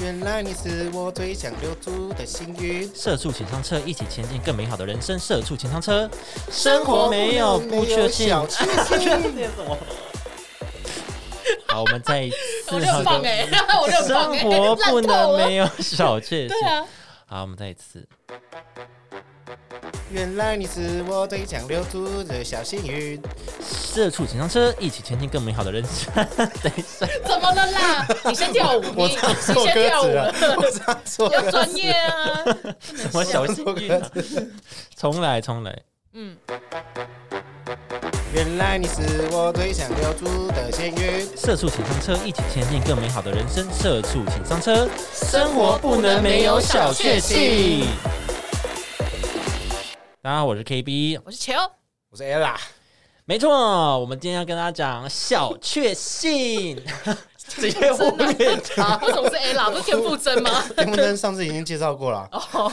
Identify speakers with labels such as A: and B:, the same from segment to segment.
A: 原来你是我最想留住的幸运。
B: 社畜情商车，一起前进更美好的人生。社畜情商车，生活没有不确信。
A: 小确幸。
B: 好，我们再一次
C: 我就很棒哎、我就很棒
B: 生
C: 哎、
B: 活不
C: 烂透
B: 能
C: 了。
B: 没有小确幸
C: 对。啊，
B: 好，我们再一次。
A: 原来你是我最想留住的小幸运。
B: 社畜情商车，一起前进更美好的人生。等一下，
C: 怎么了啦？你先跳舞，你
A: 我
C: 你
A: 唱错
C: 先
A: 歌
C: 跳舞
A: 词了，我唱错
C: 要
A: 歌
C: 专
A: 词。
C: 业啊。
B: 什么小幸运啊？重来，重来。
C: 嗯，
A: 原来你是我最想留住的幸运。
B: 社畜请上车，一起前进更美好的人生。社畜请上车，生
C: 活不能没有小确幸。
B: 大家好，我是 KB。
C: 我是球，
A: 我是 ella，
B: 没错，我们今天要跟大家讲小 确幸，直接忽略它。
C: 为什么是 A 啦？不是田馥甄吗？
A: 田馥甄上次已经介绍过了。
C: 哦，好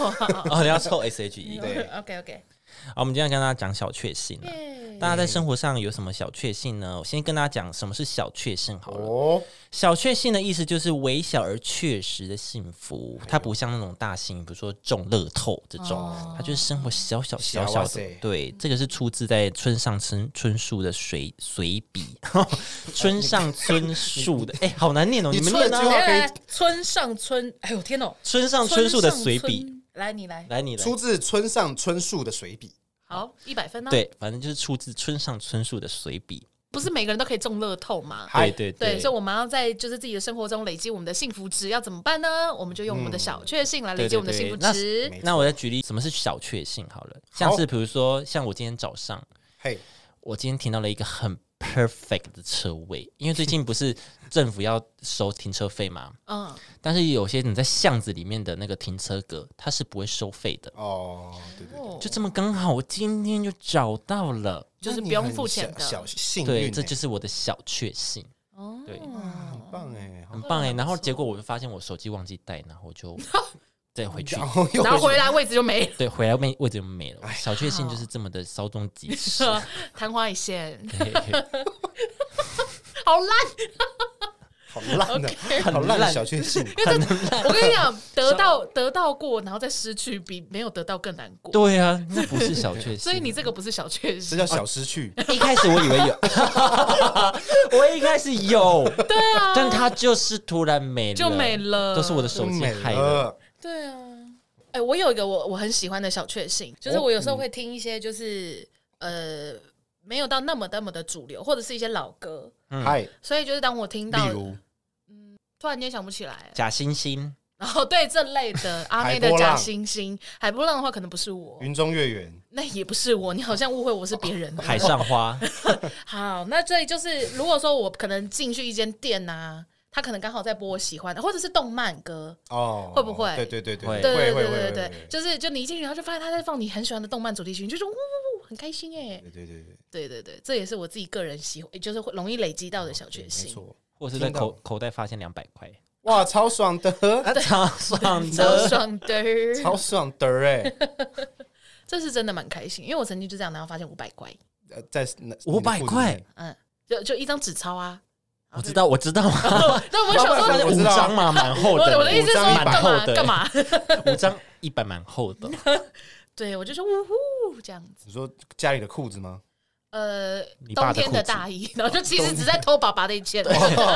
B: 哦，你要凑 S H E。
A: 对
C: ，OK OK，
B: 好，我们今天要跟大家讲小确幸啊、
C: 耶
B: 大家在生活上有什么小确幸呢？我先跟大家讲什么是小确幸好了。
A: 哦，
B: 小确幸的意思就是微小而确实的幸
A: 哎
B: 福，它不像那种大幸运，比如说中乐透这种，
C: 哦
B: 它就是生活小小小
A: 小
B: 小
A: 哇
B: 的
A: 塞。
B: 对，这个是出自在村上春春树的随随笔， 村上春树的，哎、好难念哦，
A: 你
B: 你们
A: 出了
B: 念
A: 之后
B: 啊！
C: 来来来，村上春，哎呦天哦，
B: 村上春树的
C: 村上
B: 随笔，
C: 春，来你来，
B: 来你来
A: 出。自村上春树的随笔。
C: 好，一百分呢？，
B: 对，反正就是出自村上春树的随笔。
C: 不是每个人都可以中乐透嘛。
A: 嗨
B: 对对
C: 对，所以我们要在就是自己的生活中累积我们的幸福值，要怎么办呢？我们就用我们的小确幸来累积我们的幸福
B: 嗯对对对
C: 值。
A: 没错
B: 那我再举例，什么是小确幸？好了，像是比如说，像我今天早上，
A: 嘿，
B: 我今天停到了一个很 perfect 的车位，因为最近不是政府要收停车费嘛，
C: 嗯，
B: 但是有些你在巷子里面的那个停车格，它是不会收费的，
A: 哦，对对对，
C: 哦
B: 就这么刚好，我今天就找到了。
C: 就是
A: 那
C: 不
A: 你
C: 用
A: 很
C: 付钱的。
A: 小小幸运欸，
B: 对，这就是我的小确幸，
C: 哦，
B: 对
A: 很棒哎，
B: 很棒哎、
C: 啊不错
B: 然后结果我就发现我手机忘记带，然后我 就再回去，
A: 然后又
C: 然后
A: 回
C: 回来位置就没
B: 对，回来位位置就没了。小确幸就是这么的稍纵即逝。
C: 了，昙花一现，
B: 嘿嘿嘿
C: 好烂！
A: 好烂的，
B: 很
A: 好烂的
B: 烂
A: 小确幸。
C: 我跟你讲，得到得到过，然后再失去，比没有得到更难过。
B: 对啊，那不是小确幸。
C: 所 以你这个不是小确
A: 这
C: 幸，
A: 叫小失去，
B: 一开始我以为 有，我一开始有，
C: 对啊，
B: 但它就是突然没了，
C: 就没了
B: 都是我的手
A: 真
B: 机
A: 美
B: 害的。
A: 了。
C: 对啊，哎、我有一个我我很喜欢的小确幸，就是
A: 哦
C: 我有时候会听一些就是、呃没有到那么那么的主流，或者是一些老歌，
A: 嗨，
C: 所以就是当我听到
A: 例，如
C: 突然间想不起来，
B: 假星星，
C: 然后对这类的阿妹的
A: 海波
C: 假
A: 浪
C: 星星，海波浪的话可能不是我，
A: 云中月圆，
C: 那也不是我，你 好像误会我是别人的。
A: 哦
B: 海上花，
C: 好，那这里就是如果说我可能进去一间店呐、他可能刚好在播我喜欢的，或者是动漫歌，
A: 哦，
C: 会不会
A: 对对对对，
B: 会
C: 对对
A: 会
C: 对
A: 会
C: 对
A: 会
C: 对
A: 会，
C: 就是就你一进去，然后就发现他在放你很喜欢的动漫主题曲，你就说呜呜呜，很开心哎。
A: 对对对对，
C: 对对对，这也是我自己个人喜欢，就是会容易累积到的小
A: 对
C: 确
A: 没
C: 幸。
A: 错。
B: 或是在
A: 听到啊
B: 口口袋发现两百块，
A: 哇，超爽的，
B: 超爽
C: 超
B: 的。
C: 爽的，
A: 超爽的哎！
C: 这是真的蛮开心，因为我曾经就这样，然后发现五百块，
A: 呃在那
B: 500块，
C: 嗯，就就一张纸钞啊。
B: 我知道，我知道，
C: 那我想
A: 八百块，
C: 说
A: 我
B: 五
A: 知道
B: 张嘛，蛮厚
C: 我
B: 的。
C: 我的意思是说
A: 五张
B: 蛮
C: 干
B: 厚
C: 嘛
B: 的，
C: 干？嘛？
B: 五张一百蛮厚 的，
C: 对我就说呜呼这样子。
A: 你说家里的裤子吗？
C: 呃，
B: 你
C: 冬
B: 爸的
C: 天
B: 裤
C: 的
B: 子哦
C: 大衣，然后就其实只在偷爸爸的 钱。，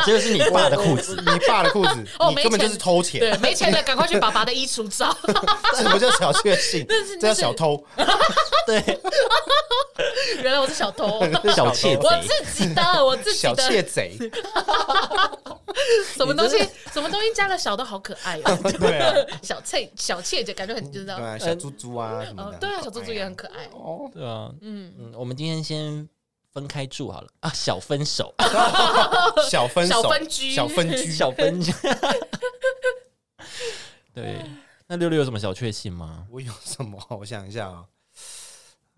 B: 这就是你爸的裤子。
A: 你爸的裤子
C: 哦
A: 你根本就是偷钱。
C: 对，没钱的赶快去爸爸的衣橱找。
A: 什么叫小确幸？这
C: 是那
A: 叫
C: 是
A: 小偷。
B: 对，
C: 原来我是小偷，
B: 小窃
C: 我
B: 贼。
C: 自己的，我自己
A: 小窃
C: 的，
A: 贼，
C: 什么东西，什么东西加个小都好可爱哦。
A: 对啊，
C: 小翠小妾姐感觉很，就知
A: 对
C: 道，
A: 啊，小猪猪啊什么
C: 哦
A: 的，，
C: 对啊，小猪猪也很可爱。
A: 哦，
B: 对啊，嗯嗯，我们今天先分开住好了啊，小分手，
A: 小分手，
C: 小分居
A: 小分居，
B: 小分手。 对，那六六有什么小确幸吗？
A: 我有什么？我想一下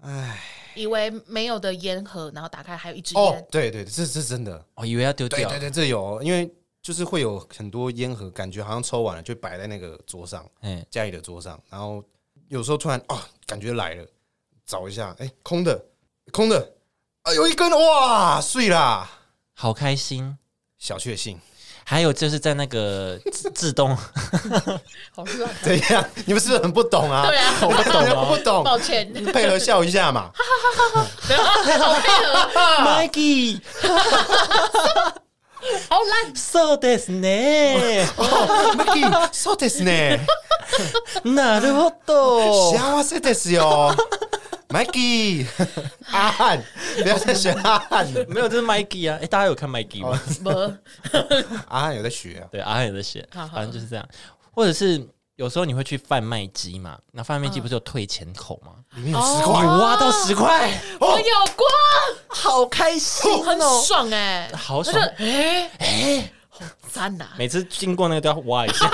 A: 啊，
C: 以为没有的烟盒，然后打开还有一支
A: 哦
C: 烟，，
A: 对对，这这真的，
B: 哦，以为要丢
A: 对
B: 掉
A: 对，对，这有，因为就是会有很多烟盒，感觉好像抽完了就摆在那个桌上，
B: 哎，
A: 家里的桌上，然后有时候突然哦，感觉来了，找一下，哎，空的，空的，啊，有一根，哇，碎啦，
B: 好开心。
A: 小确幸，
B: 还有就是在那个自 自动，
A: 啊
C: 好乱啊，
A: 怎样？你们是不是很不懂啊？
C: 对啊
A: 我不懂，我不
B: 哦
A: 懂，啊
C: 抱歉，
A: 配合笑一下 嘛。
C: 好配合，啊
B: Maggie
C: 好烂，
B: so des ne
A: 哦 Maggie, so this 呢？
B: なるほ
C: 哦
B: ど。
A: 幸せです よ。Maggie，阿
C: 哦
A: 汉，不要再学阿汉了。
B: 没有，这是 Maggie 啊！哎、大家有看 Maggie 吗？
A: 哦
C: 不，
A: 阿汉有在学啊，
B: 对，阿汉有在写，
C: 好好
B: 反正就是这样。或者是有时候你会去贩卖机嘛？那贩卖机不是有退钱口吗？
A: 里面有十块哦
B: 你。
C: 哦
B: 挖到十块，
C: 我有过，
B: 啊好开心
C: 很
B: 哦！
C: 爽哎，
B: 好
C: 我
B: 爽
C: 就哎哎，好赞呐，
B: 每次经过那个都要挖一下，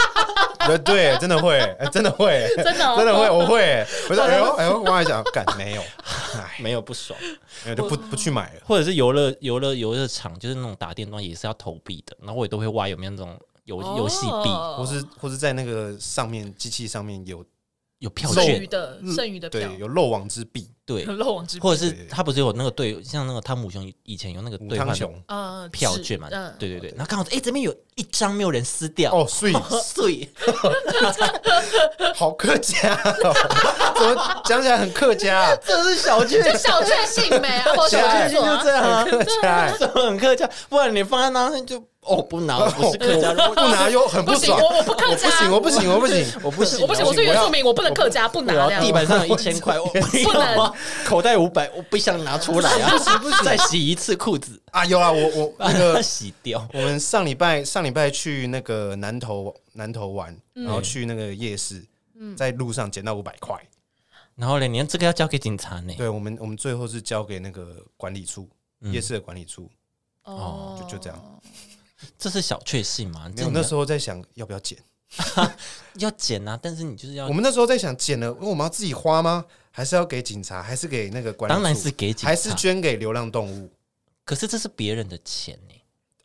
A: 呃，对，真的会，哎真的会，
C: 真的哦
A: 真的会，我会。不是， 哎呦，哎呦，我还想，干没有，哎，
B: 没有不爽。
A: 没有就不不去买了。
B: 或者是游乐游乐游乐场，就是那种打电动也是要投币的，然后我也都会挖有没有那种游
C: 哦
B: 游戏币，
A: 或是或是在那个上面机器上面有
B: 有票
C: 剩
B: 券
C: 余，的剩余的票
A: 嗯对，有漏网之弊，
B: 对，
C: 漏网之鱼
B: 或者是他不是有那个对，像那个汤姆熊以前有那个
A: 五
B: 兑
A: 汤
B: 换
A: 熊
C: 呃
B: 票
C: 纸
B: 券嘛，
C: 嗯，
B: 对对对，然后刚好哎、诶这边有一张没有人撕掉，
A: 哦， 所以
B: 碎，
A: 好客家哦，怎么讲起来很客家 啊？
B: 这是小确
C: 这小确幸没啊，我小确幸
B: 就这
C: 啊，
B: 样啊，
A: 客家
B: 这很客家，不然你放在那就哦不 拿，我不是客家，
A: 我不拿又很
C: 不行，
A: 爽，
C: 我我不客
A: 我
C: 家
A: 不，行，我不行，我不行，
B: 我不行，
C: 我不行，我是原住民，我不能客家，不拿
B: 对啊
C: 这样
B: 地板上有一千块，我不
C: 能
B: 要啊，口袋五百，我不想拿出来啊！不行不行，再洗一次裤子，
A: 啊！有啊，我我
B: 把
A: 那
B: 它
A: 个
B: 洗掉。
A: 我们上礼拜上礼拜去那个南头南头玩，然后去那个夜市，在路上捡到五百块。
B: 然后呢，你看这个要交给警察呢，
A: 对我们我们最后是交给那个管理处，
B: 嗯
A: 夜市的管理处。
C: 哦
A: 就就这样，
B: 这是小确幸嘛？
A: 没
B: 这
A: 有，
B: 你
A: 那时候在想要不要捡。
B: 要捡啊，但是你就是要
A: 我，们那时候在想捡了，因为我们要自己花吗？还是要给警察？还是给那个管理处？
B: 当然是给警察，
A: 还是捐给流浪动物
B: 可是这是别人的钱呢。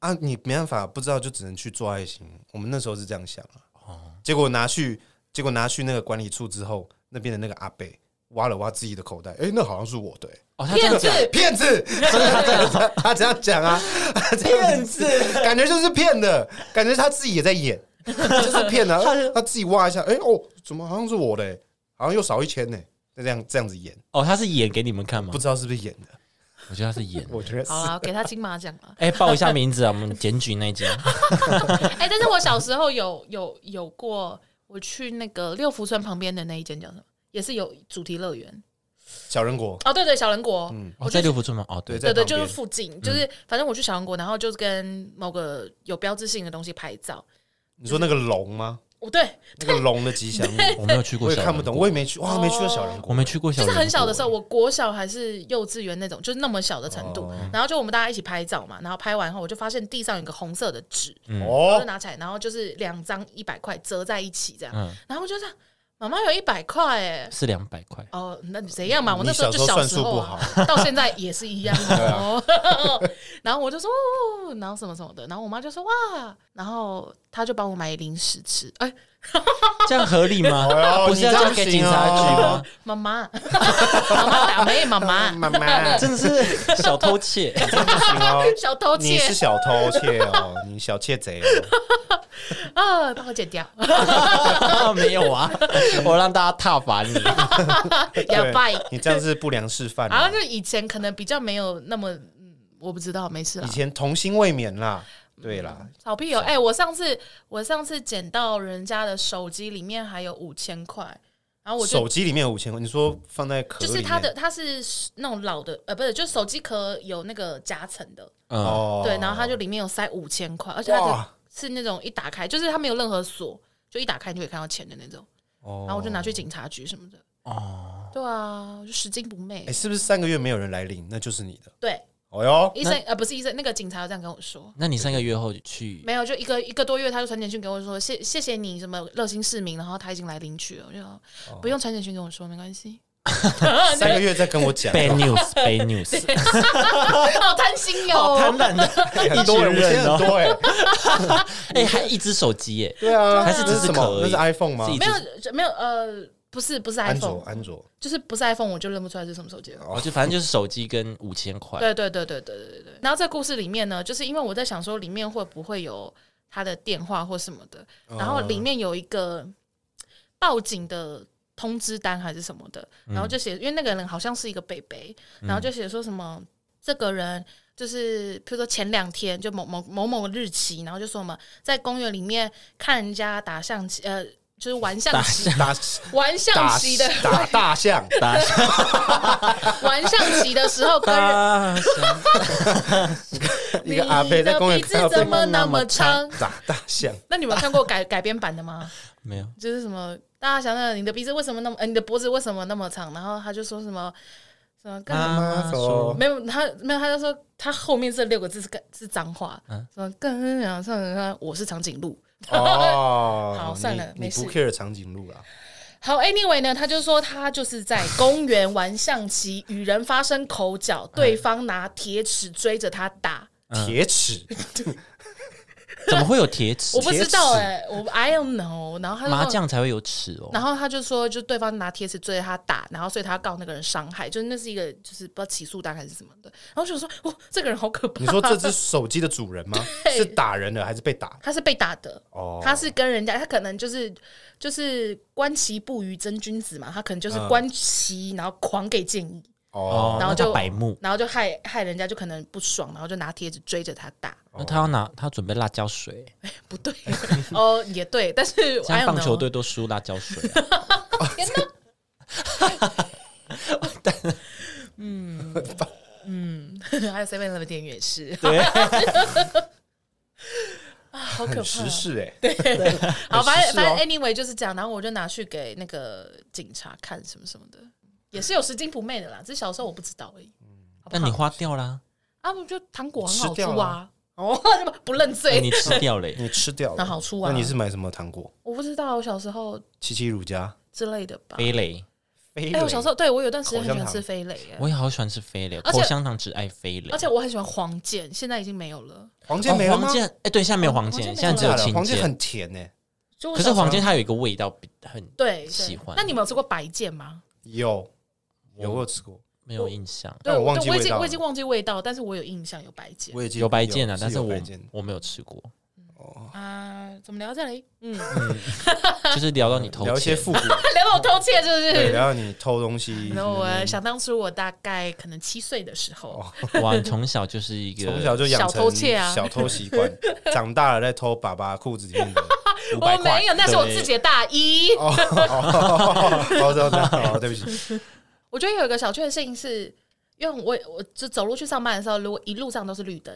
A: 啊？你没办法，不知道就只能去做爱心。我们那时候是这样想啊。结果拿去，结果拿去那个管理处之后，那边的那个阿伯挖了挖自己的口袋，哎、那好像是我的、欸
B: 哦，他这
C: 骗
B: 样
C: 子
B: 讲，
A: 骗子，他这样讲啊，
B: 骗子，
A: 感觉就是骗的，感觉他自己也在演，就是骗的、
B: 他是
A: 他自己挖一下，哎、哦，怎么好像是我的、好像又少一千呢、就这样这样子演，
B: 哦，他是演给你们看吗
A: 不？知道是不是演的，
B: 我觉得他是演。
A: 我觉得是
C: 好啊，给他金马奖啊。
B: 哎，报一下名字啊，我们检举那一啊间。
C: 哎、但是我小时候有有有过，我去那个六福村旁边的那一间叫什么，也是有主题乐园。
A: 小人国，
C: 哦，对对，小人国，
B: 哦，
C: 我
B: 在
C: 就
B: 六福村吗？哦，
A: 对，
B: 对，
A: 在
C: 对对，
A: 旁
C: 就是
A: 边嗯
C: 附近，就是、反正我去小人国，然后就是跟某个有标志性的东西拍照。
A: 你说那个龙吗？
C: 哦，对，
A: 那个龙的吉祥物，
B: 我没有去过
A: 我也
B: 小人国，
A: 看不懂，我也没去，哇，没去过小哎人
B: 我
A: 国，
B: 没去过小
C: 就
B: 人
C: 是
B: 国。
C: 很小的时候，我国小还是幼稚园那种，就是那么小的程度。
A: 哦
C: 然后就我们大家一起拍照嘛，然后拍完后，我就发现地上有个红色的纸，我就
A: 哦，
C: 拿起来，然后就是两张一百块折在一起这样，
B: 嗯
C: 然后我就这样，妈妈有一百块哎，
B: 是两百块。
C: 哦，那你怎样嘛？我
A: 嗯你
C: 那时候就
A: 小时候
C: 时候啊
A: 算，
C: 到现在也是一样 哦。
A: 啊
C: 然后我就说，哦然后什么什么的，然后我妈就说哇，然后她就帮我买零食吃。哎，
B: 这样合理 吗？
A: 哎呦
B: 不是要交给警察局
A: 啊
B: 吗？
C: 妈妈， 妈妈打没？妈妈，
A: 妈 妈，
B: 真的是小 偷窃，
A: 不行哦，
C: 小偷
A: 你
C: 窃
A: 是小偷窃哦，你小窃贼哦。
C: 啊，帮我剪掉，
B: 没有啊！我让大家踏伐你，
C: 哑
A: 对
C: 巴。
A: 你这样是不良示 范
C: 然
A: 啊、
C: 后就以前可能比较没有那么，嗯我不知道，没事
A: 以
C: 啦。
A: 前童心未泯啦，对啦，
C: 草屁哦！哎、我上次我上次捡到人家的手机里面还有五千块，然后我就
A: 手机里面有五千块，你说放在壳
C: 就
A: 里面，
C: 是它的，它是那种老的，呃，不是，就是手机壳有那个夹层的，
B: 嗯，
A: 哦，
C: 对，然后它就里面有塞五千块，而且它的
A: 哇
C: 是那种一打开，就是它没有任何锁，就一打开你就可以看到钱的那种，
A: 哦
C: 然后我就拿去警察局什么的，
B: 哦，
C: 对啊，我就拾金不昧
A: 哎、，是不是三个月没有人来领，那就是你的？
C: 对，
A: 哦 哟，
C: 医生呃不是医生，那个警察有这样跟我说。
B: 那你三个月后去，
C: 没有，就一个一个多月，他就传简讯给我说谢谢谢你什么热心市民，然后他已经来领取了，我就说不用传简讯跟我说没 关系，
A: 三个月再跟我讲，
B: bad news，bad news，
C: 好贪心
B: 好贪
C: 哦，
B: 婪的一
A: 很多
B: 群
A: 人，五千
B: 人
A: 很
B: 哦，
A: 多哎、
B: 哎，还一只手机耶，
A: 对啊，
B: 还是只
A: 这
B: 是
A: 是什
B: 壳
A: 么？
B: 而
A: 那
B: 已
A: 是 iPhone 吗
B: 自？己
C: 没有没有呃不是不是
A: 安
C: iPhone，
A: 卓，安 卓，
C: 就是不是 iPhone 我就认不出来是什么手机了。
B: 哦，就反正就是手机跟五千块，
C: 对对对对对对对对。然后在故事里面呢，就是因为我在想说里面会不会有他的电话或什么的，然后里面有一个报警的通知单还是什么的，然后就写，因为那个人好像是一个北北，然后就写说什么、这个人就是，譬如说前两天就某某某某日期，然后就说我们在公园里面看人家打象棋，呃，就是玩象棋，
A: 打
C: 玩象
A: 打
C: 棋的，
A: 打大 象，
B: 大象，
C: 玩象棋的时候跟 人。
B: 大象，
A: 一个阿贝在公园
C: 你的鼻
A: 看到
C: 子怎
A: 被
C: 么那么 长？
A: 打大象，
C: 那你们有看过改改编版的吗？
B: 没有，
C: 就是什么，大家想想，你的鼻子为什么那么，呃，你的脖子为什么那么长？然后他就说什么什么干嘛？
B: 妈
A: 说
C: 没有，他没有，他就说他后面这六个字是干是脏话，
B: 啊
C: 什么更想上人我是长颈鹿。
A: 哦，
C: 好算了
A: 你
C: 没
A: 你不
C: 事
A: care 长颈鹿啊啦，
C: 好，anyway 呢，他就说他就是在公园玩象棋，与人发生口角，
B: 哎
C: 对方拿铁尺追着他打。
B: 嗯
A: 铁 齿，
B: 怎么会有铁尺
C: 我？不知道哎、我 I don't know。然后他就
B: 麻
C: 说
B: 将才会有尺哦。
C: 然后他就说，就对方拿铁尺追着他打，然后所以他告那个人伤害，就是那是一个就是不知道起诉单还是什么的。然后就说，哇，这个人好可怕。
A: 你说这只手机的主人吗？是打人的还是被打？
C: 他是被打的，
A: 哦，
C: 他是跟人家，他可能就是就是观其不于真君子嘛，他可能就是
A: 嗯
C: 观其，然后狂给建议，
A: 哦
B: 哦，
C: 然后就
B: 那他白目，
C: 然后就害害人家就可能不爽，然后就拿铁尺追着他打。
A: 哦
B: 那他要拿他准备辣椒水，
C: 不对，哦，也对，但是
B: 现在
C: I
B: 棒球
C: don't
B: 队
C: know，
B: 都输辣椒水啊。
C: 还有 Seven 的店员也是，
B: 对，
C: 啊，好可
A: 很
C: 怕
A: 时。事哎，
C: 好，反正
A: 很时事
C: 反
A: 哦
C: 正 anyway 就是这样，然后我就拿去给那个警察看什么什么的，也是有拾金不昧的啦，只是小时候我不知道而已。好不
B: 但你
C: 好？
B: 花掉啦，
C: 啊，我觉得糖果
A: 嗯
C: 很
A: 吃
C: 好吃
A: 掉
C: 啊
A: 了，
C: 哦， 就不不认
B: 哎
C: 罪
B: 你，吃掉嘞。
A: 你吃掉
C: 那
A: 了，
C: 好处啊
A: 那你是买什么糖果？
C: 我不知道，我小时候
A: 七七乳加
C: 之类的吧。
B: 飞雷，
A: 飞
C: 哎，我小时候对我有段时间
A: 口
C: 很
A: 香
C: 喜欢
A: 糖
C: 吃飞雷，哎
B: 我也好喜欢吃飞雷，
C: 而且
B: 口香糖只爱飞雷，
C: 而且我很喜欢黄健，现在已经没有了。
A: 黄
B: 哦
A: 健没了吗
B: 黄？健，哎，对，现在没有
C: 黄
B: 黄健，
C: 健没
B: 现在只
A: 真的假
B: 有
A: 的
B: 青
A: 黄健
B: 健。
A: 很甜欸呢，
C: 就我
A: 啊
B: 可
C: 小
B: 是
C: 时候
B: 黄健它有一个味道比很
C: 对对
B: 喜欢
C: 那你们有吃过白健吗？
A: 有
B: 我
A: 有我有吃过，
B: 没有印象，
C: 对，
A: 但我忘记
C: 我已
A: 味
C: 经
A: 道
C: 我已
A: 了
C: 经忘记味道，但是我有印象有白健
A: 我也记得
B: 有白健啊，
A: 有
B: 但是
A: 有
B: 我
A: 白健
B: 我没有吃过，
C: 啊。怎么聊这里？嗯，
B: 就是聊到你偷
A: 聊一些
B: 钱，
A: 复古， 啊
C: 聊到我偷窃是不
A: 对，
C: 是？
A: 聊到你偷东西，
C: 然后我想当初我大概可能七岁的时候，
A: 哦
B: 哇，你从小就是一个
A: 从小就养成
C: 小偷窃啊
A: 小偷习 惯，长大了再偷爸爸裤子里面的五
C: 我
A: 百块
C: 哦没。有，那是我自己的大衣。
A: 哦，这样哦，对不起，
C: 我觉得有一个小确幸是，因为我我就走路去上班的时候，如果一路上都是绿灯，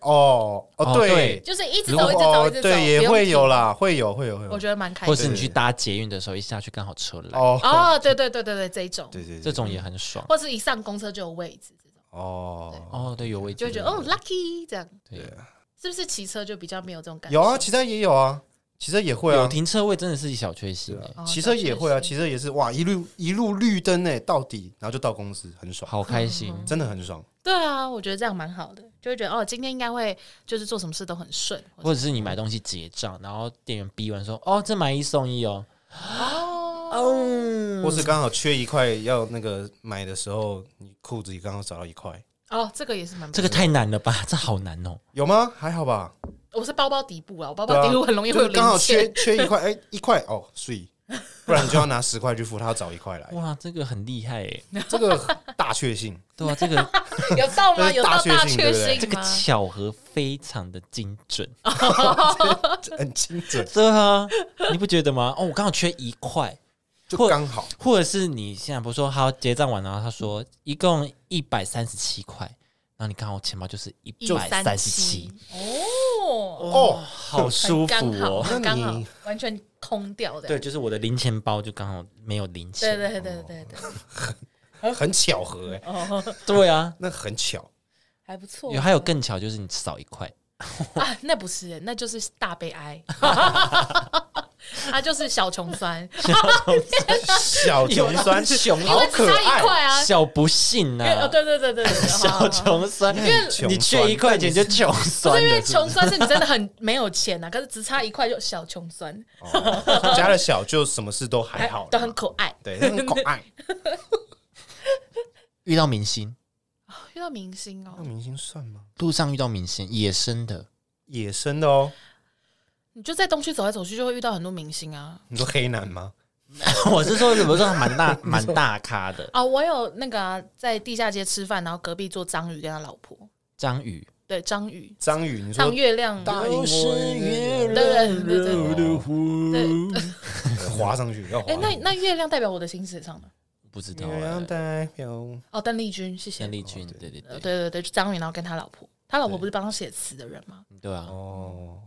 A: 哦
B: 哦
A: 哦，对，哦
C: 就是一直
B: 如果
C: 走一直走一直走，
A: 对，
C: 不
A: 也
C: 用
A: 会
C: 停
A: 有，啦，会有，会有，会有
C: 我。觉得蛮开
B: 或是
C: 心
B: 你
C: 的。
B: 去搭捷运的时候，一下去刚好车来，
A: 哦，嗯
C: 哦，对对对对对，这一种，
A: 对对，对
B: 这种也很爽。
C: 或是一上公车就有位置，这种
A: 哦，
B: 哦，对，有味
C: 就
B: 道，
C: 会觉得哦，lucky 这样，
B: 对，
A: 啊
C: 是不是骑车就比较没有这种感觉？
A: 有啊，骑车也有啊，骑车也会
B: 有
A: 啊，
B: 停车位真的是一小确幸欸，
C: 哦
A: 骑车也会啊，
C: 小确幸
A: 骑车也是哇，一路一路绿灯哎，到底，然后就到公司，很爽，
B: 好开心。
C: 嗯
A: 真的很爽。
C: 对啊，我觉得这样蛮好的，就会觉得哦，今天应该会就是做什么事都很顺，
B: 或者是你买东西结账，然后店员逼完说：“哦，这买一送一哦。
A: 嗯
C: 哦，
B: 嗯”
A: 或是刚好缺一块要那个买的时候，你裤子里刚好找到一块，
C: 哦，这个也是蛮
B: 这个
A: 啊
B: 太难了吧？这好难哦。
A: 有吗？还好吧，
C: 我是包包底部啊，我包
A: 对
C: 包
A: 啊
C: 底部很容易
A: 就
C: 会
A: 是
C: 有
A: 刚好
C: 零
A: 缺
C: 钱，
A: 缺一块，哎，一块哦，所 以不然你就要拿十块去付，他要找一块来，
B: 哇，这个很厉害哎。
A: 这个大确幸。
B: 对啊，这个
C: 有到
A: 这
C: 吗？
A: 是
C: 有到
A: 大确
C: 大
A: 幸
C: 确
A: 对不对
B: 这
C: 幸
B: 个
C: 吗？
B: 巧合非常的精准。
A: 很精准，
B: 对啊，你不觉得吗？哦，我刚好缺一块，
A: 就刚好。
B: 或者是你现在不是说好结账完，然后他说一共一百三十七块，然后你刚好钱包就是一百三十七
C: 137，哦，
A: 哦，
B: 好舒服
C: 很刚好，
B: 哦。
C: 很刚
A: 那
C: 好
A: 你，
C: 完全空掉的。
B: 对，就是我的零钱包就刚好没有零
C: 对
B: 钱。
C: 对对对对对，
A: 很巧合哎、
C: 哦，
B: 对啊，
A: 那很巧
C: 还不错。
B: 有还有更巧，就是你少一块。
C: 啊，那不是，那就是大悲哀，他就是小穷酸，
A: 小穷酸，
B: 穷
A: 好
C: 只
A: 可
C: 差一块
A: 爱，哦
C: 啊。
B: 小不幸
C: 因为哦，
B: 呐、啊，
C: 对对对对，对
B: 小，穷酸，
A: 穷
B: 你缺一块钱就穷
C: 好好好不
B: 酸
C: 是因为
B: 了，
C: 穷酸是你真的很没有钱呐，可是只差一块就小穷酸，
A: 哦加了小就什么事都还好，
C: 都很可爱。
A: 对，很可 爱。
B: 遇到明星，
C: 遇到明星哦
A: 那，明星算吗？
B: 路上遇到明星，野生的，
A: 野生的哦，
C: 你就在东区走来走去，就会遇到很多明星啊。
A: 你说黑男吗？
B: 我是说，我是说蛮大 蛮大咖的
C: 哦，我有那个啊、在地下街吃饭，然后隔壁坐张宇跟他老婆，
B: 张宇，
C: 对张宇
A: 张宇，你
C: 唱
A: 说
C: 月亮，
A: 大荧幕
C: 对对对
A: 对对
B: 对对，
A: 呃滑上去要滑哦
C: 哎、
A: 上去。
C: 那那月亮代表我的心是谁唱的？
B: 不知道
A: 月亮
B: 哎。
A: 代表
C: 哦，邓丽君，谢谢
B: 田。丽君，对对
C: 呃
B: 对
C: 对对对，就张宇，然后跟他老婆，他老婆
B: 对
C: 不是帮他写词的人吗？
B: 对啊！
A: 哦，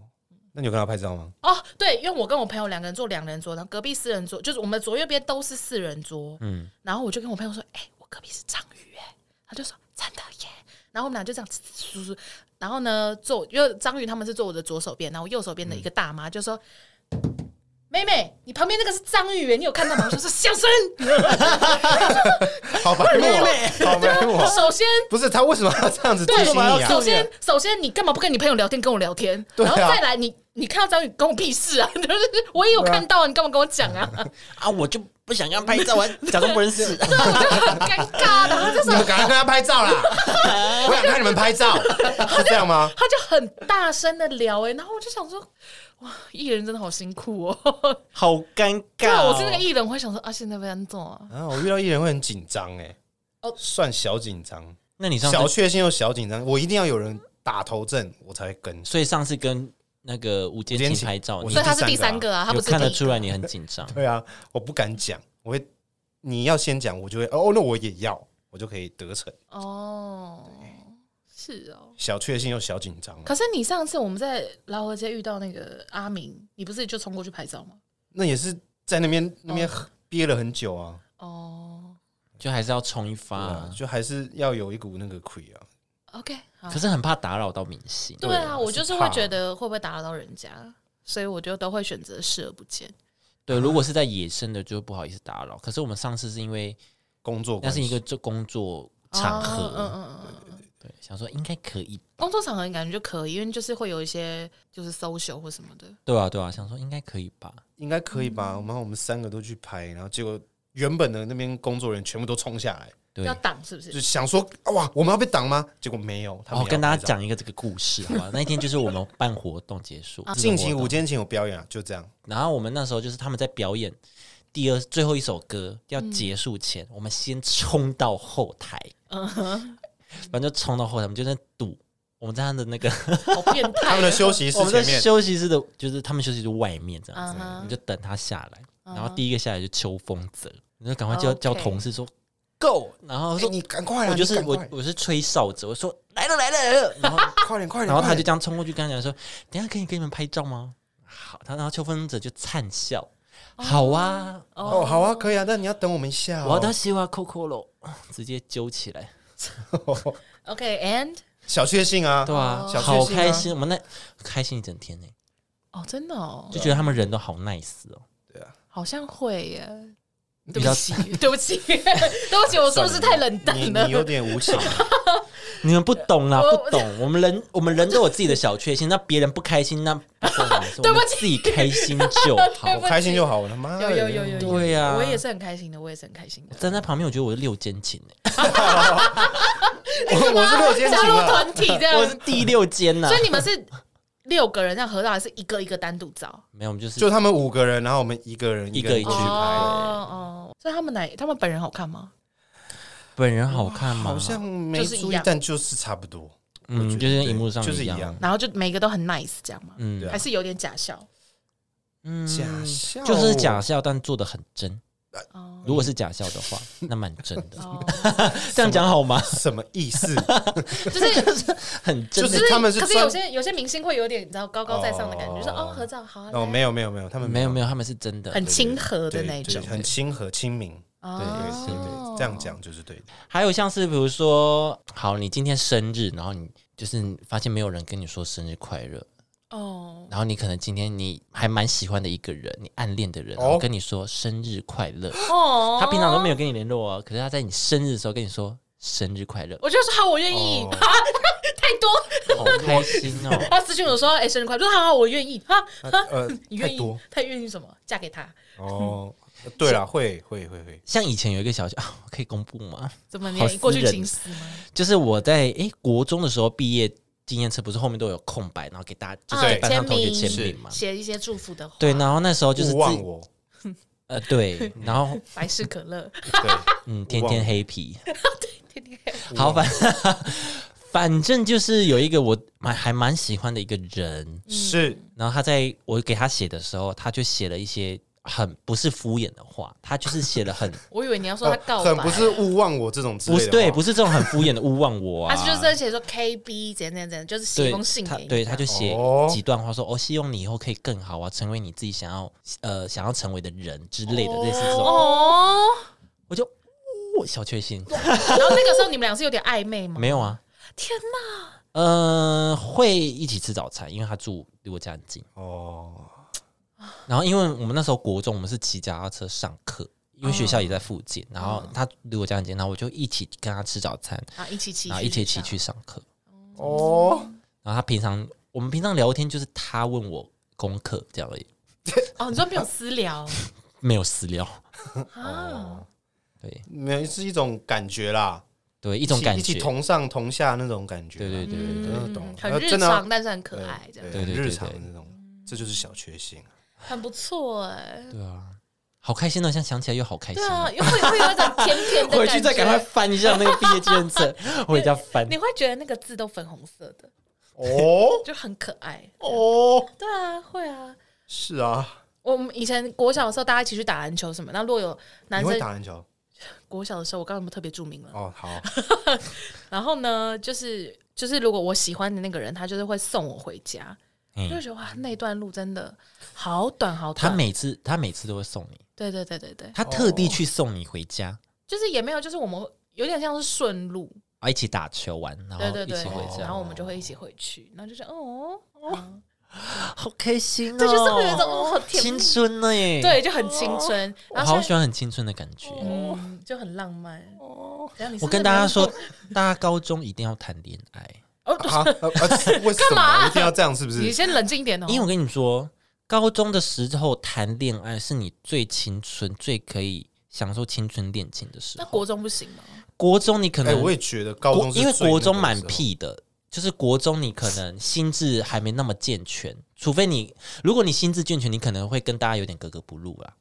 A: 那你有跟他拍照吗？
C: 哦，对，因为我跟我朋友两个人坐两人桌，然后隔壁四人桌，就是我们左右边都是四人桌，
B: 嗯，
C: 然后我就跟我朋友说，哎、我隔壁是张宇，哎，他就说真的耶，然后我们俩就这样叔叔，然后呢坐，因为张宇他们是坐我的左手边，然后我右手边的一个
A: 嗯
C: 大妈就说。妹妹，你旁边那个是张宇耶，你有看到吗？我就说小声。
A: 好白目哦， 好白目哦。
C: 首先，
A: 不是他为什么要这样子提
C: 对
A: 醒你
C: 首
A: 啊？
C: 先，首先你干嘛不跟你朋友聊天，跟我聊天？
A: 对
C: 然
A: 啊
C: 后再来，你你看到张宇关我屁事啊！ 就是我也有看到，啊，你干嘛跟我讲啊？
B: 啊，我就不想让拍照， 我还假装不认识。
C: 对，我就很尴尬的，他就
A: 你们赶快跟他拍照 啦！我想看你们拍照，是这样吗？
C: 他就很大声的聊哎、然后我就想说，哇，艺人真的好辛苦哦。
B: 好尴
C: 对
B: 尬、
C: 啊，
B: 哦！
C: 我是那个艺人，我会想说啊，现在被安怎啊？
A: 啊，我遇到艺人会很紧张哎
C: 哦，
A: 算小紧张，
B: 那你上
A: 小
B: 次，
A: 确幸又小紧张，我一定要有人打头阵，我才会跟。
B: 所以上次跟那个吴建
A: 吴建
B: 琴
A: 琴
B: 拍照，
A: 我
B: 你
C: 所以他是第
A: 第
C: 三
A: 三。
C: 个啊，他
B: 有
C: 不是
B: 看得
C: 第一
B: 出来你很紧张
A: 对啊，我不敢讲，我会你要先讲，我就会哦，那我也要，我就可以得逞。
C: 哦，是哦。
A: 小确幸又小紧张啊，
C: 可是你上次我们在劳合街遇到那个阿明，你不是就冲过去拍照吗？
A: 那也是在那边那边憋了很久啊，
C: 哦
B: 就还是要冲一发、
A: 对啊就还是要有一股那个亏啊。
C: ，OK，好
B: 可。是很怕打扰到明星。
C: 对啊，我就是
A: 怕
C: 会觉得会不会打扰到人家，所以我就都会选择视而不见。
B: 对，如果是在野生的，就不好意思打扰。可是我们上次是因为
A: 工作
B: 那
A: 关
B: 是一
A: 系
B: 个这工作场合，
C: 哦嗯嗯嗯嗯嗯。
B: 对，想说应该可以，
C: 工作场合感觉就可以，因为就是会有一些就是 social 或什么的。
B: 对啊，对啊，想说应该可以吧。
A: 应该可以
C: 嗯
A: 吧？然后我们三个都去拍，然后结果原本的那边工作人员全部都冲下来，
B: 对
C: 要，挡是不？
A: 就是 想说哇，我们要被挡吗？结果没有，他
B: 我、
A: 们
B: 哦、跟
A: 要
B: 大
A: 拍
B: 家
A: 照。
B: 讲一个这个故事，好吧？那一天就是我们办活动结束，
A: 近期
B: 活
A: 午
B: 动
A: 间前有表演啊，就这样。
B: 然后我们那时候就是他们在表演第二最后一首歌要
A: 嗯
B: 结束前，我们先冲到后台，
C: 嗯哼，
B: 反正就冲到后台，我们就在赌。我们在他的那个，
C: 好变态。啊
A: 他们的休息室
B: 我们在
A: 前面，
B: 休息室的，就是他们休息室外面这样子，
C: 嗯哼
B: 我们就等他下来。
C: 嗯哼
B: 然后第一个下来就秋风泽，你就赶快叫
C: OK
B: 叫同事说 go，然
A: 我
B: 后说
A: 哦说你赶快啊，
B: 我就
A: 你
B: 是
A: 赶
B: 我
A: 快
B: 我是吹哨子，我说来了来了来了，然后
A: 快点快点，
B: 然后他
A: 快
B: 就
A: 点
B: 这样冲过去跟他讲说，等一下可以给你们拍照吗？好，他然后秋风泽就灿笑，好啊，
A: 哦好啊，可以啊，但你要等我们一下哦。
B: 我的西瓜 Coco 咯， 直接揪起来，
C: OK，and
A: 小确幸啊，
B: 对啊，
A: 小
B: 好
A: 确幸啊啊
B: 开心，我们那开心一整天呢，
C: 哦，真的哦
B: 就，觉得他们人都好 nice 哦，
C: 好像会耶。
B: 比
C: 对
B: 较
C: 不起， 对不起， 对不起，我是不是太冷淡
A: 你你有
C: 了？
A: 点无情，啊
B: 你们不懂啦，不
C: 我
B: 懂，我们人我们人都有自己的小确幸，那别人不开心，那不关我们的 事
C: 对
B: 我
C: 不起
B: 们自己开心就好。
A: 我开心就好，我他妈
C: 有
A: 的
C: 有有有有，
B: 对呀
C: 我也是很开心的，我也是很开心的。
B: 站在旁边，我觉得我是六肩琴欸
A: 我我是六间
C: 加
A: 情
C: 入
A: 啊，
C: 团体这样
B: 我是，第六肩呐
C: 所。以你们是六个人这样合照，还是一个一个单独照？
B: 没有，我们就是
A: 就他们五个人，然后我们一个人
B: 一
A: 个
B: 个
A: 一
B: 一
A: 个
B: 个
A: 去
B: 去
A: 拍，
C: 哦哦，所以他们哪他们本人好看吗？
B: 本人好看吗？
A: 哦好像没
C: 就是一
A: 注意
C: 样，
A: 但就是差不多，我觉得
B: 嗯，就是
A: 对
B: 荧幕上
A: 就是
B: 一
A: 一
B: 样
A: 样，
C: 然后就每个都很 nice 这样吗？
B: 嗯
A: 对啊
C: 还是有点假笑？
B: 嗯
A: 假笑
B: 就是假笑，但做的很真。
A: 呃
C: 哦
B: 如果是假笑的 话，那蛮真的。
C: 哦，
B: 这样讲好吗？
A: 什么意 思？
C: 就是
B: 很真
A: 就
B: 的。
A: 是他们
C: 可是
A: 专
C: 有些有些明星会有点你知道高高在上的感觉，
A: 哦
C: 就说哦合照好啊，
A: 哦，
C: 来
A: 没有没有没有，他们
B: 没有没
A: 有
B: 有，他们是真的。
C: 很
A: 对
C: 亲和的
A: 对
C: 那
A: 对
C: 种，
A: 很亲和亲民，对
C: 哦
A: 对对对，这样讲就是对的。
B: 还有像是比如说，好，你今天生日，然后你就是发现没有人跟你说生日快乐，
C: 哦。
B: 然后你可能今天你还蛮喜欢的一个人，你暗恋的人，然后跟你说生日快乐，
C: 哦
B: 他平常都没有跟你联络哦，可是他在你生日的时候跟你说生日快乐，
C: 我就说好，我愿意
A: 哦
C: 哈，太 多。
B: 好开心哦。
C: 他私信我说：“哎，生日快乐！”我说：“好好，我愿意。”哈，
A: 呃，
C: 你
A: 太
C: 愿
A: 多
C: 意？他愿意什么？嫁给他？
A: 哦，对了，会会会会，
B: 像以前有一个小姐啊，可以公布吗？
C: 怎么
B: 好
C: 你
B: 私
C: 过去
B: 人
C: 情史吗？
B: 就是我在诶国中的时候毕业纪念册不是后面都有空白，然后给大家就是
C: 啊
B: 给班上同学
C: 签
B: 签
A: 名
B: 名嘛？
C: 写一些祝福的话，
B: 对，然后那时候就是
A: 勿
B: 自
A: 忘我，
B: 呃对，然后
C: 百事可乐，
A: 对，
B: 嗯，天
A: 忘
B: 天
A: 我
B: 黑皮，
C: 天 天
A: 哦
B: 好反 反正就是有一个我蛮还蛮喜欢的一个人，
A: 是
B: 然后他在我给他写的时候，他就写了一些很不是敷衍的话，他就是写 了很
C: 我以为你要说他告白，
A: 很不是勿忘我这种之类的
B: 不是
A: 话，
B: 对，不是这种很敷衍的勿忘我啊，
C: 他就是在写说 KB 怎样怎样怎样，就是写一
B: 对
C: 封信
B: 他
C: 给你，
B: 对他就写
A: 哦
B: 几段话说哦，希望你以后可以更好啊，成为你自己想要呃想要成为的人之类的类似这种，
C: 哦，
B: 我就哦小确幸，
C: 然后那个时候你们俩是有点暧昧吗？
B: 没有啊，
C: 天哪，
B: 嗯，会一起吃早餐，因为他住离我家很近。
A: 哦，
B: 然后因为我们那时候国中，我们是骑脚踏车上课，因为学校也在附
C: 哦
B: 近。然后他离我家很近，然后我就一起跟他吃早餐，
C: 然后啊一起骑，
B: 啊然后一起骑，去上课。
A: 哦，
B: 然后他平常我们平常聊天就是他问我功课这样而已，
C: 哦，你说没有私 聊
B: 没有私聊。哦
C: 啊？
B: 对
A: 没有是一种感觉啦，
B: 对，一
A: 一
B: 种
A: 起
B: 感
A: 一起
B: 觉。
A: 同上同下那种感觉，
B: 对对对对对
A: 嗯懂
C: 嗯，很
A: 呃
C: 日
A: 真的
C: 常，但是很可
A: 对
C: 爱，这样
A: 对
B: 对对
A: 日
B: 对
A: 常的
B: 对
A: 那种，这就是小确
B: 啊
A: 幸。
C: 很不错哎。
B: 对啊，好开心哦！现在想起来又好开心
C: 对
B: 哦、
C: 啊，因为会有一种甜甜的
B: 回去啊
C: 感
B: 再赶快
C: 觉，
B: 翻一下那个毕业纪念册，回家 翻
C: 你。会觉得那个字都粉红色的，
A: 哦
C: 就很可爱。
A: 哦，
C: 对啊，会啊。
A: 是啊，
C: 我们以前国小的时候，大家一起去打篮球什么。那如果有男
A: 你
C: 生
A: 会打篮球
C: 国小的时候，我刚刚有没有特别注明了？
A: 哦， 好，
C: 然后呢，就是就是，如果我喜欢的那个人，他就是会送我回家，
B: 嗯
C: 就会觉得哇，那段路真的好短好
B: 他
C: 短。
B: 每次他每次都会送你，
C: 对对对对对，
B: 他特地去送你回家，
C: 就是也没有，就是我们有点像是顺路，
B: 啊，一起打球玩，然后哦
C: 对对哦
B: 一
C: 对
B: 起回，
C: 然
B: 家
C: 后，我们就会一起回去，然后就是哦，哦
B: 好开心哦！
C: 这就是会有一种哦，好甜
B: 青
C: 蜜，
B: 春呢耶！，
C: 对，就很青春。
B: 我
C: 然后
B: 好
C: 现
B: 哦喜欢很青春的感觉。
C: 在嗯，就很浪漫。等一下你是不是
B: 我跟大家说
C: 没有，
B: 大家高中一定要谈恋爱，
A: 啊，呃呃为什
C: 干嘛
A: 么一定要这样？是不
C: 你
A: 是？
C: 先冷静一点哦，
B: 因为我跟你说，高中的时候谈恋爱是你最青春、最可以享受青春恋情的时
C: 那
B: 候。
C: 国中不行吗？
B: 国中你可
A: 哎，
B: 能
A: 我也觉得高
B: 国
A: 中是
B: 因为
A: 最
B: 国中
A: 那个
B: 蛮
A: 时候，
B: 屁的，就是国中你可能心智还没那么健全，除非你如果你心智健全，你可能会跟大家有点格格不入啦。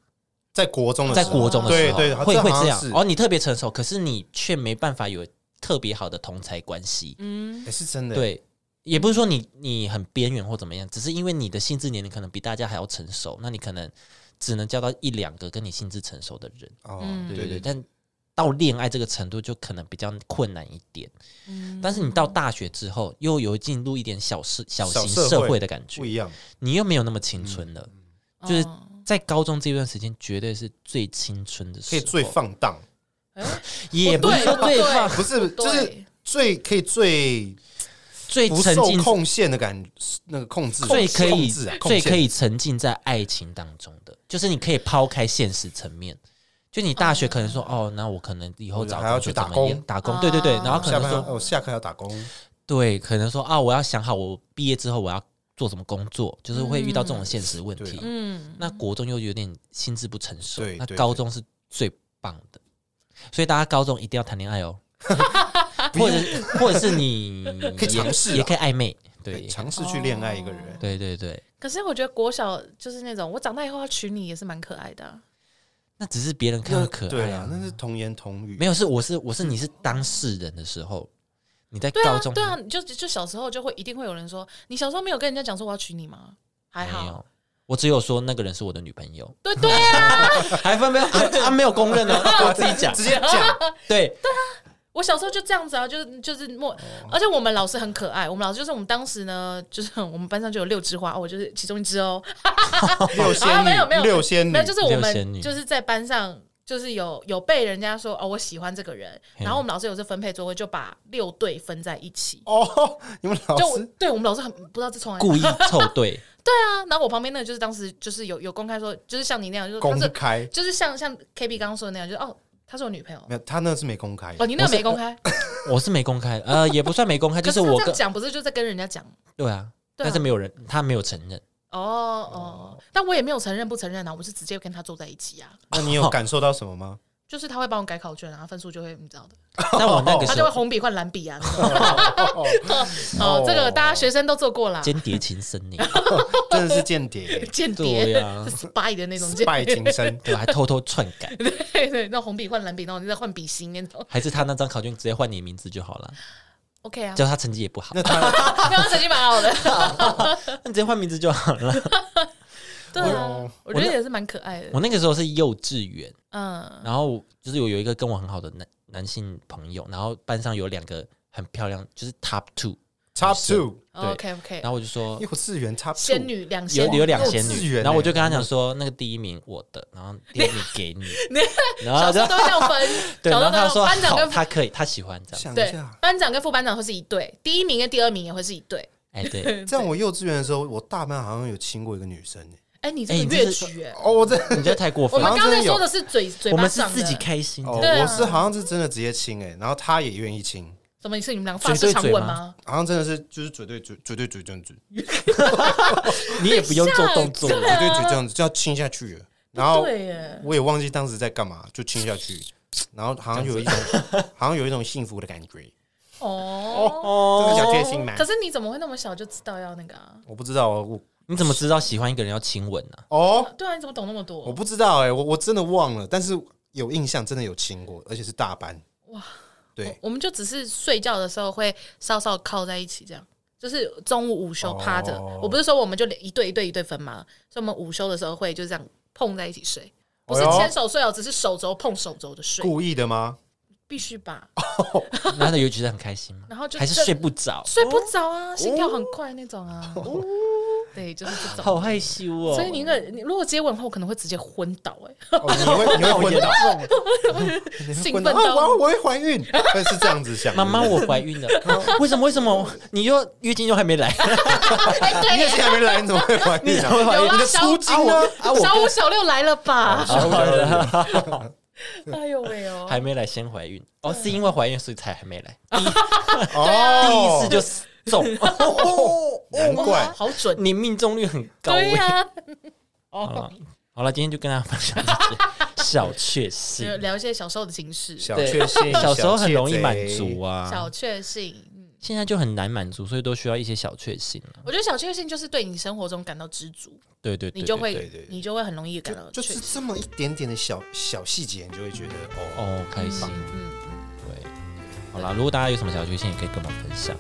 A: 在国中的
B: 在
A: 时候
B: 国中的时候，
A: 对对，
B: 会
A: 好
B: 会这
A: 像
B: 样
A: 是
B: 哦，你特别成熟，可是你却没办法有特别好的同才关系。
C: 嗯，
A: 哎，是真的，
B: 对，也不是说你你很边缘或怎么样，只是因为你的心智年龄可能比大家还要成熟，那你可能只能交到一两个跟你心智成熟的人。
A: 哦，
C: 嗯
A: 对
B: 对对，
A: 对，
B: 但到恋爱这个程度就可能比较困难一点。
C: 嗯
B: 但是你到大学之后，又有进入一点小事小型
A: 小社会
B: 社会的感觉
A: 不，一样。嗯
B: 你又没有那么青春了。就是
C: 哦
B: 在高中这段时间，绝对是最青春的时
A: 可
B: 候，
A: 以最放荡，
B: 也不是说
C: 不对
B: 最
C: 不对
B: 放，
A: 不是就是
C: 对，
A: 最可以最
B: 最
A: 不
B: 沉
A: 受
B: 浸
A: 控限的感，那个控制，
B: 最可
A: 控
B: 以
A: 制啊，
B: 最可
A: 以
B: 以沉浸在爱情当中的，就是你可以抛开现实层面。就你大学可能说哦，那我可能以后
A: 嗯我
B: 找
A: 还要
B: 工作
A: 去打
B: 怎么样
A: 工
B: 打工，对对对，
C: 啊
B: 然后可
A: 下
B: 能
A: 班要
B: 说
A: 哦，下课要打工，
B: 对，可能说啊，我要想好我毕业之后我要做什么工作，就是会遇到这种现实问题
A: 对。啊
C: 嗯，
B: 那国中又有点心智不成熟
A: 对，
B: 那
A: 对
B: 高中是最棒的，所以大家高中一定要谈恋爱 哦，
A: 不
B: 或
A: 要
B: 者或者是你
A: 可以尝试啊
B: 也可以暧昧，对
A: 哎尝试去恋爱一个人
C: 哦，
B: 对对对，
C: 可是我觉得国小就是那种，我长大以后要娶你也是蛮可爱的啊、
B: 那只是别
C: 哦
B: 人看
A: 那
B: 到可
A: 对
B: 爱
A: 啊
B: 啊，，
A: 那是童言童语，
B: 没有，是我是我是你是当事人的时候，你在
C: 对
B: 高
C: 啊，
B: 中
C: 对啊，你就就小时候就会一定会有人说，你小时候没有跟人家讲说我要娶你吗？还
B: 没
C: 好，
B: 有，我只有说那个人是我的女朋友，
C: 对对啊，
B: 还分没有，还他没有公 认哦，我自己讲，
A: 直接 讲，
B: 对，
C: 我小时候就这样子啊，就是就是
B: 哦
C: 默，而且我们老师很可爱，我们老师就是我们当时呢，就是我们班上就有六枝花，我就是其中一枝哦，
A: 六仙
C: 啊
A: 女，
C: 没有没有
A: 六仙女
C: 没有，，就是我
B: 嗯六仙
C: 们
B: 女
C: 就是在班上。就是有有被人家说哦，我喜欢这个人，然后我们老师有时分配座位，就把六队分在一起。
A: 哦， 你们老
C: 就
A: 师
C: 对我们老师很不知道这从来
B: 故意凑对，
C: 啊，然后我旁边那个就是当时就是有有公开说，就是像你那样，就是
A: 公
C: 他是
A: 开
C: 就是像像 K B 刚刚说的那样，就是哦，她是我女朋友
A: 没有，他那是没公开，
C: 哦，你那个没公开，
B: 我是没公开，呃，也不算没公开，就
C: 可
B: 是我
C: 他这样
B: 跟
C: 讲不是就在跟人家讲
B: 对啊，
C: 对啊
B: 但是没有人他没有承认，
C: 哦哦，但我也没有承认不承认啊，我是直接跟他坐在一起啊，
A: 那你有感受到什么吗？
C: 就是他会帮我改考卷啊，分数就会你知道的，
B: 但我那个
C: 他
B: 时
C: 就会
B: 候
C: 红笔换蓝笔啊。
A: 哦
C: 哦，这个大家学生都做过啦，
B: 间谍情深呢，
A: 真的是间谍，
C: 间
B: 对
C: 谍、
B: 啊
C: spy 的那种间
A: 拜金生，
B: 对，还偷偷篡改，
C: 谍， 对，那红笔换蓝笔，然后你再换笔芯那种。
B: 还是他那张考卷直接换你名字就好了，
C: OK 啊，
B: 叫他成绩也不好，
A: 那他
C: 刚刚成绩蛮 好的，
B: 那直接换名字就好了。
C: 对啊，我觉得也是蛮可爱的
B: 哦我。那个时候是幼稚园，
C: 嗯，
B: 然后就是有有一个跟我很好的男男性朋友，然后班上有两个很漂亮，就是 top two，
A: top two
B: 对
C: OK OK，
B: 然后我就说
A: 幼稚园 top
C: 仙
A: two，
C: 女两仙
B: 有
C: 女
B: 有两
A: 幼
B: 仙
A: 稚
B: 女，
A: 园
B: 然后我
A: 欸
B: 就跟他讲说，那个第一名我的，然后第二名给 你，然后
C: 小时
B: 就
C: 候都会这样分，
B: 啊 对，
C: 小
B: 然后
C: 时
B: 他
C: 候都
B: 说
C: 班长
B: 好，
C: 跟
B: 他可以，他喜欢这样，
A: 想一
C: 对
A: 下，
C: 班长跟副班长会是一对，第一名跟第二名也会是一对。
B: 哎， 对，
A: 这样我幼稚园的时候，我大班好像有亲过一个女生欸
C: 哎，你
B: 哎
C: 这
B: 你
C: 个
B: 这
C: 越
B: 是
C: 举哎，
A: 哦，我这
B: 你这太过
C: 我
B: 分了，
C: 们
A: 好像
C: 刚才
A: 真的有
C: 说的是嘴嘴
B: 我
C: 巴
B: 们是
C: 上的，
B: 自己开心
A: 哦，
B: 的，
C: 对啊
A: 我是好像是真的直接亲哎，然后他也愿意亲，
C: 什么？你是你们两个发
B: 嘴
C: 式
B: 对
C: 长
B: 嘴
C: 吻
B: 吗
C: 吗？
A: 好像真的是就是嘴对嘴，嘴对嘴这样子，
B: 你也不用做动作，
A: 嘴对嘴这样子就要亲下去了，然后
C: 对耶，
A: 我也忘记当时在干嘛，就亲下去，然后好像有一种 好像有一种幸福的感觉，
C: 哦。
A: 这
B: 哦，
A: 是小确幸吗
C: 可？是你怎么会那么小就知道要那个啊？
A: 我不知道哦
B: 你怎么知道喜欢一个人要亲吻呢？
A: 我哦，
C: 对啊，你怎么懂那么多？
A: 我不知道哎、我我真的忘了，但是有印象，真的有亲过，而且是大班。
C: 哇，哦
A: 对，
C: 我们就只是睡觉的时候会稍稍靠在一起，这样就是中午午休趴着。
A: 哦
C: 我不是说我们就一对一对一对分吗？所以我们午休的时候会就这样碰在一起睡，不是
A: 哎呦
C: 牵手睡哦，只是手肘碰手肘的睡，
A: 故意的 吗？
C: 必须吧？
B: 然后他有觉得很开心吗？
C: 然后就
B: 还是
C: 就
B: 睡不着，
C: 睡不着
A: 哦
C: 啊，心跳很快那种啊。 对，就是这种。
B: 好害羞哦。
C: 所以你那个，你如果接吻后，可能会直接昏倒、
A: 哦，你会你会昏倒，
C: 哎，
A: 你
C: 兴
A: 会昏
C: 奋
A: 倒，啊
C: 到
A: 我我会怀孕，对，是这样子想。
B: 妈妈，
A: 对不
B: 我怀 孕了，
C: 哦
B: 为什么？为什么？你又月经又还没来，
C: 哎，
A: 对月
C: 对，
A: 经还没来，你怎么啊会怀
B: 你
A: 孕
B: 怎
A: 啊？
B: 么会怀
C: 有
B: 孕？
C: 啊
B: 你的
C: 小
B: 出经呢？啊，
C: 小
B: 我
C: 五小六来了吧？
A: 啊小五小六
C: 哎呦喂哦！嗯
B: 还没来，先怀孕哦，是因为怀孕所以才还没来，
C: 啊
B: 第一
A: 哦
B: 次，就 中，哦
A: 难怪
C: 好准，
B: 你命中率很高欸。
C: 对呀、
B: 好
C: 哦，
B: 了，好了，今天就跟大家分享这些小确幸，
C: 就聊一些小时候的情事，
A: 小
B: 对
A: 确幸，
B: 小时候很
A: 窃
B: 容易
A: 贼
B: 满足。啊
C: 小，确幸。嗯，
B: 现在就很难满足，所以都需要一些小确幸啊
C: 我觉得小确幸就是对你生活中感到知足，
B: 对对对，
C: 你就
B: 对
C: 会
A: 对对对
C: 你就会很容易感
B: 啊
C: 到
A: 就
C: 确
A: 是
C: 幸。
A: 这么一点点的小小细节，你就会觉得
B: 对
A: 哦，
B: 哦开心。
C: 嗯，
B: 对，好啦，如果大家有什么小确幸，也可以跟我们分享。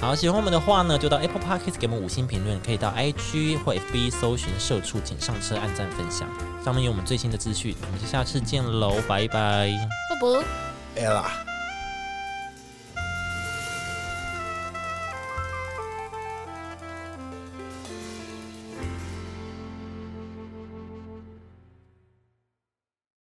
B: 好，喜欢我们的话呢，就到 Apple Podcast 给我们五星评论，可以到 IG 或 FB 搜寻“社畜”，请上车按赞分享，上面有我们最新的资讯。我们就下次见喽，拜拜。
C: 不不。
A: 哎啦。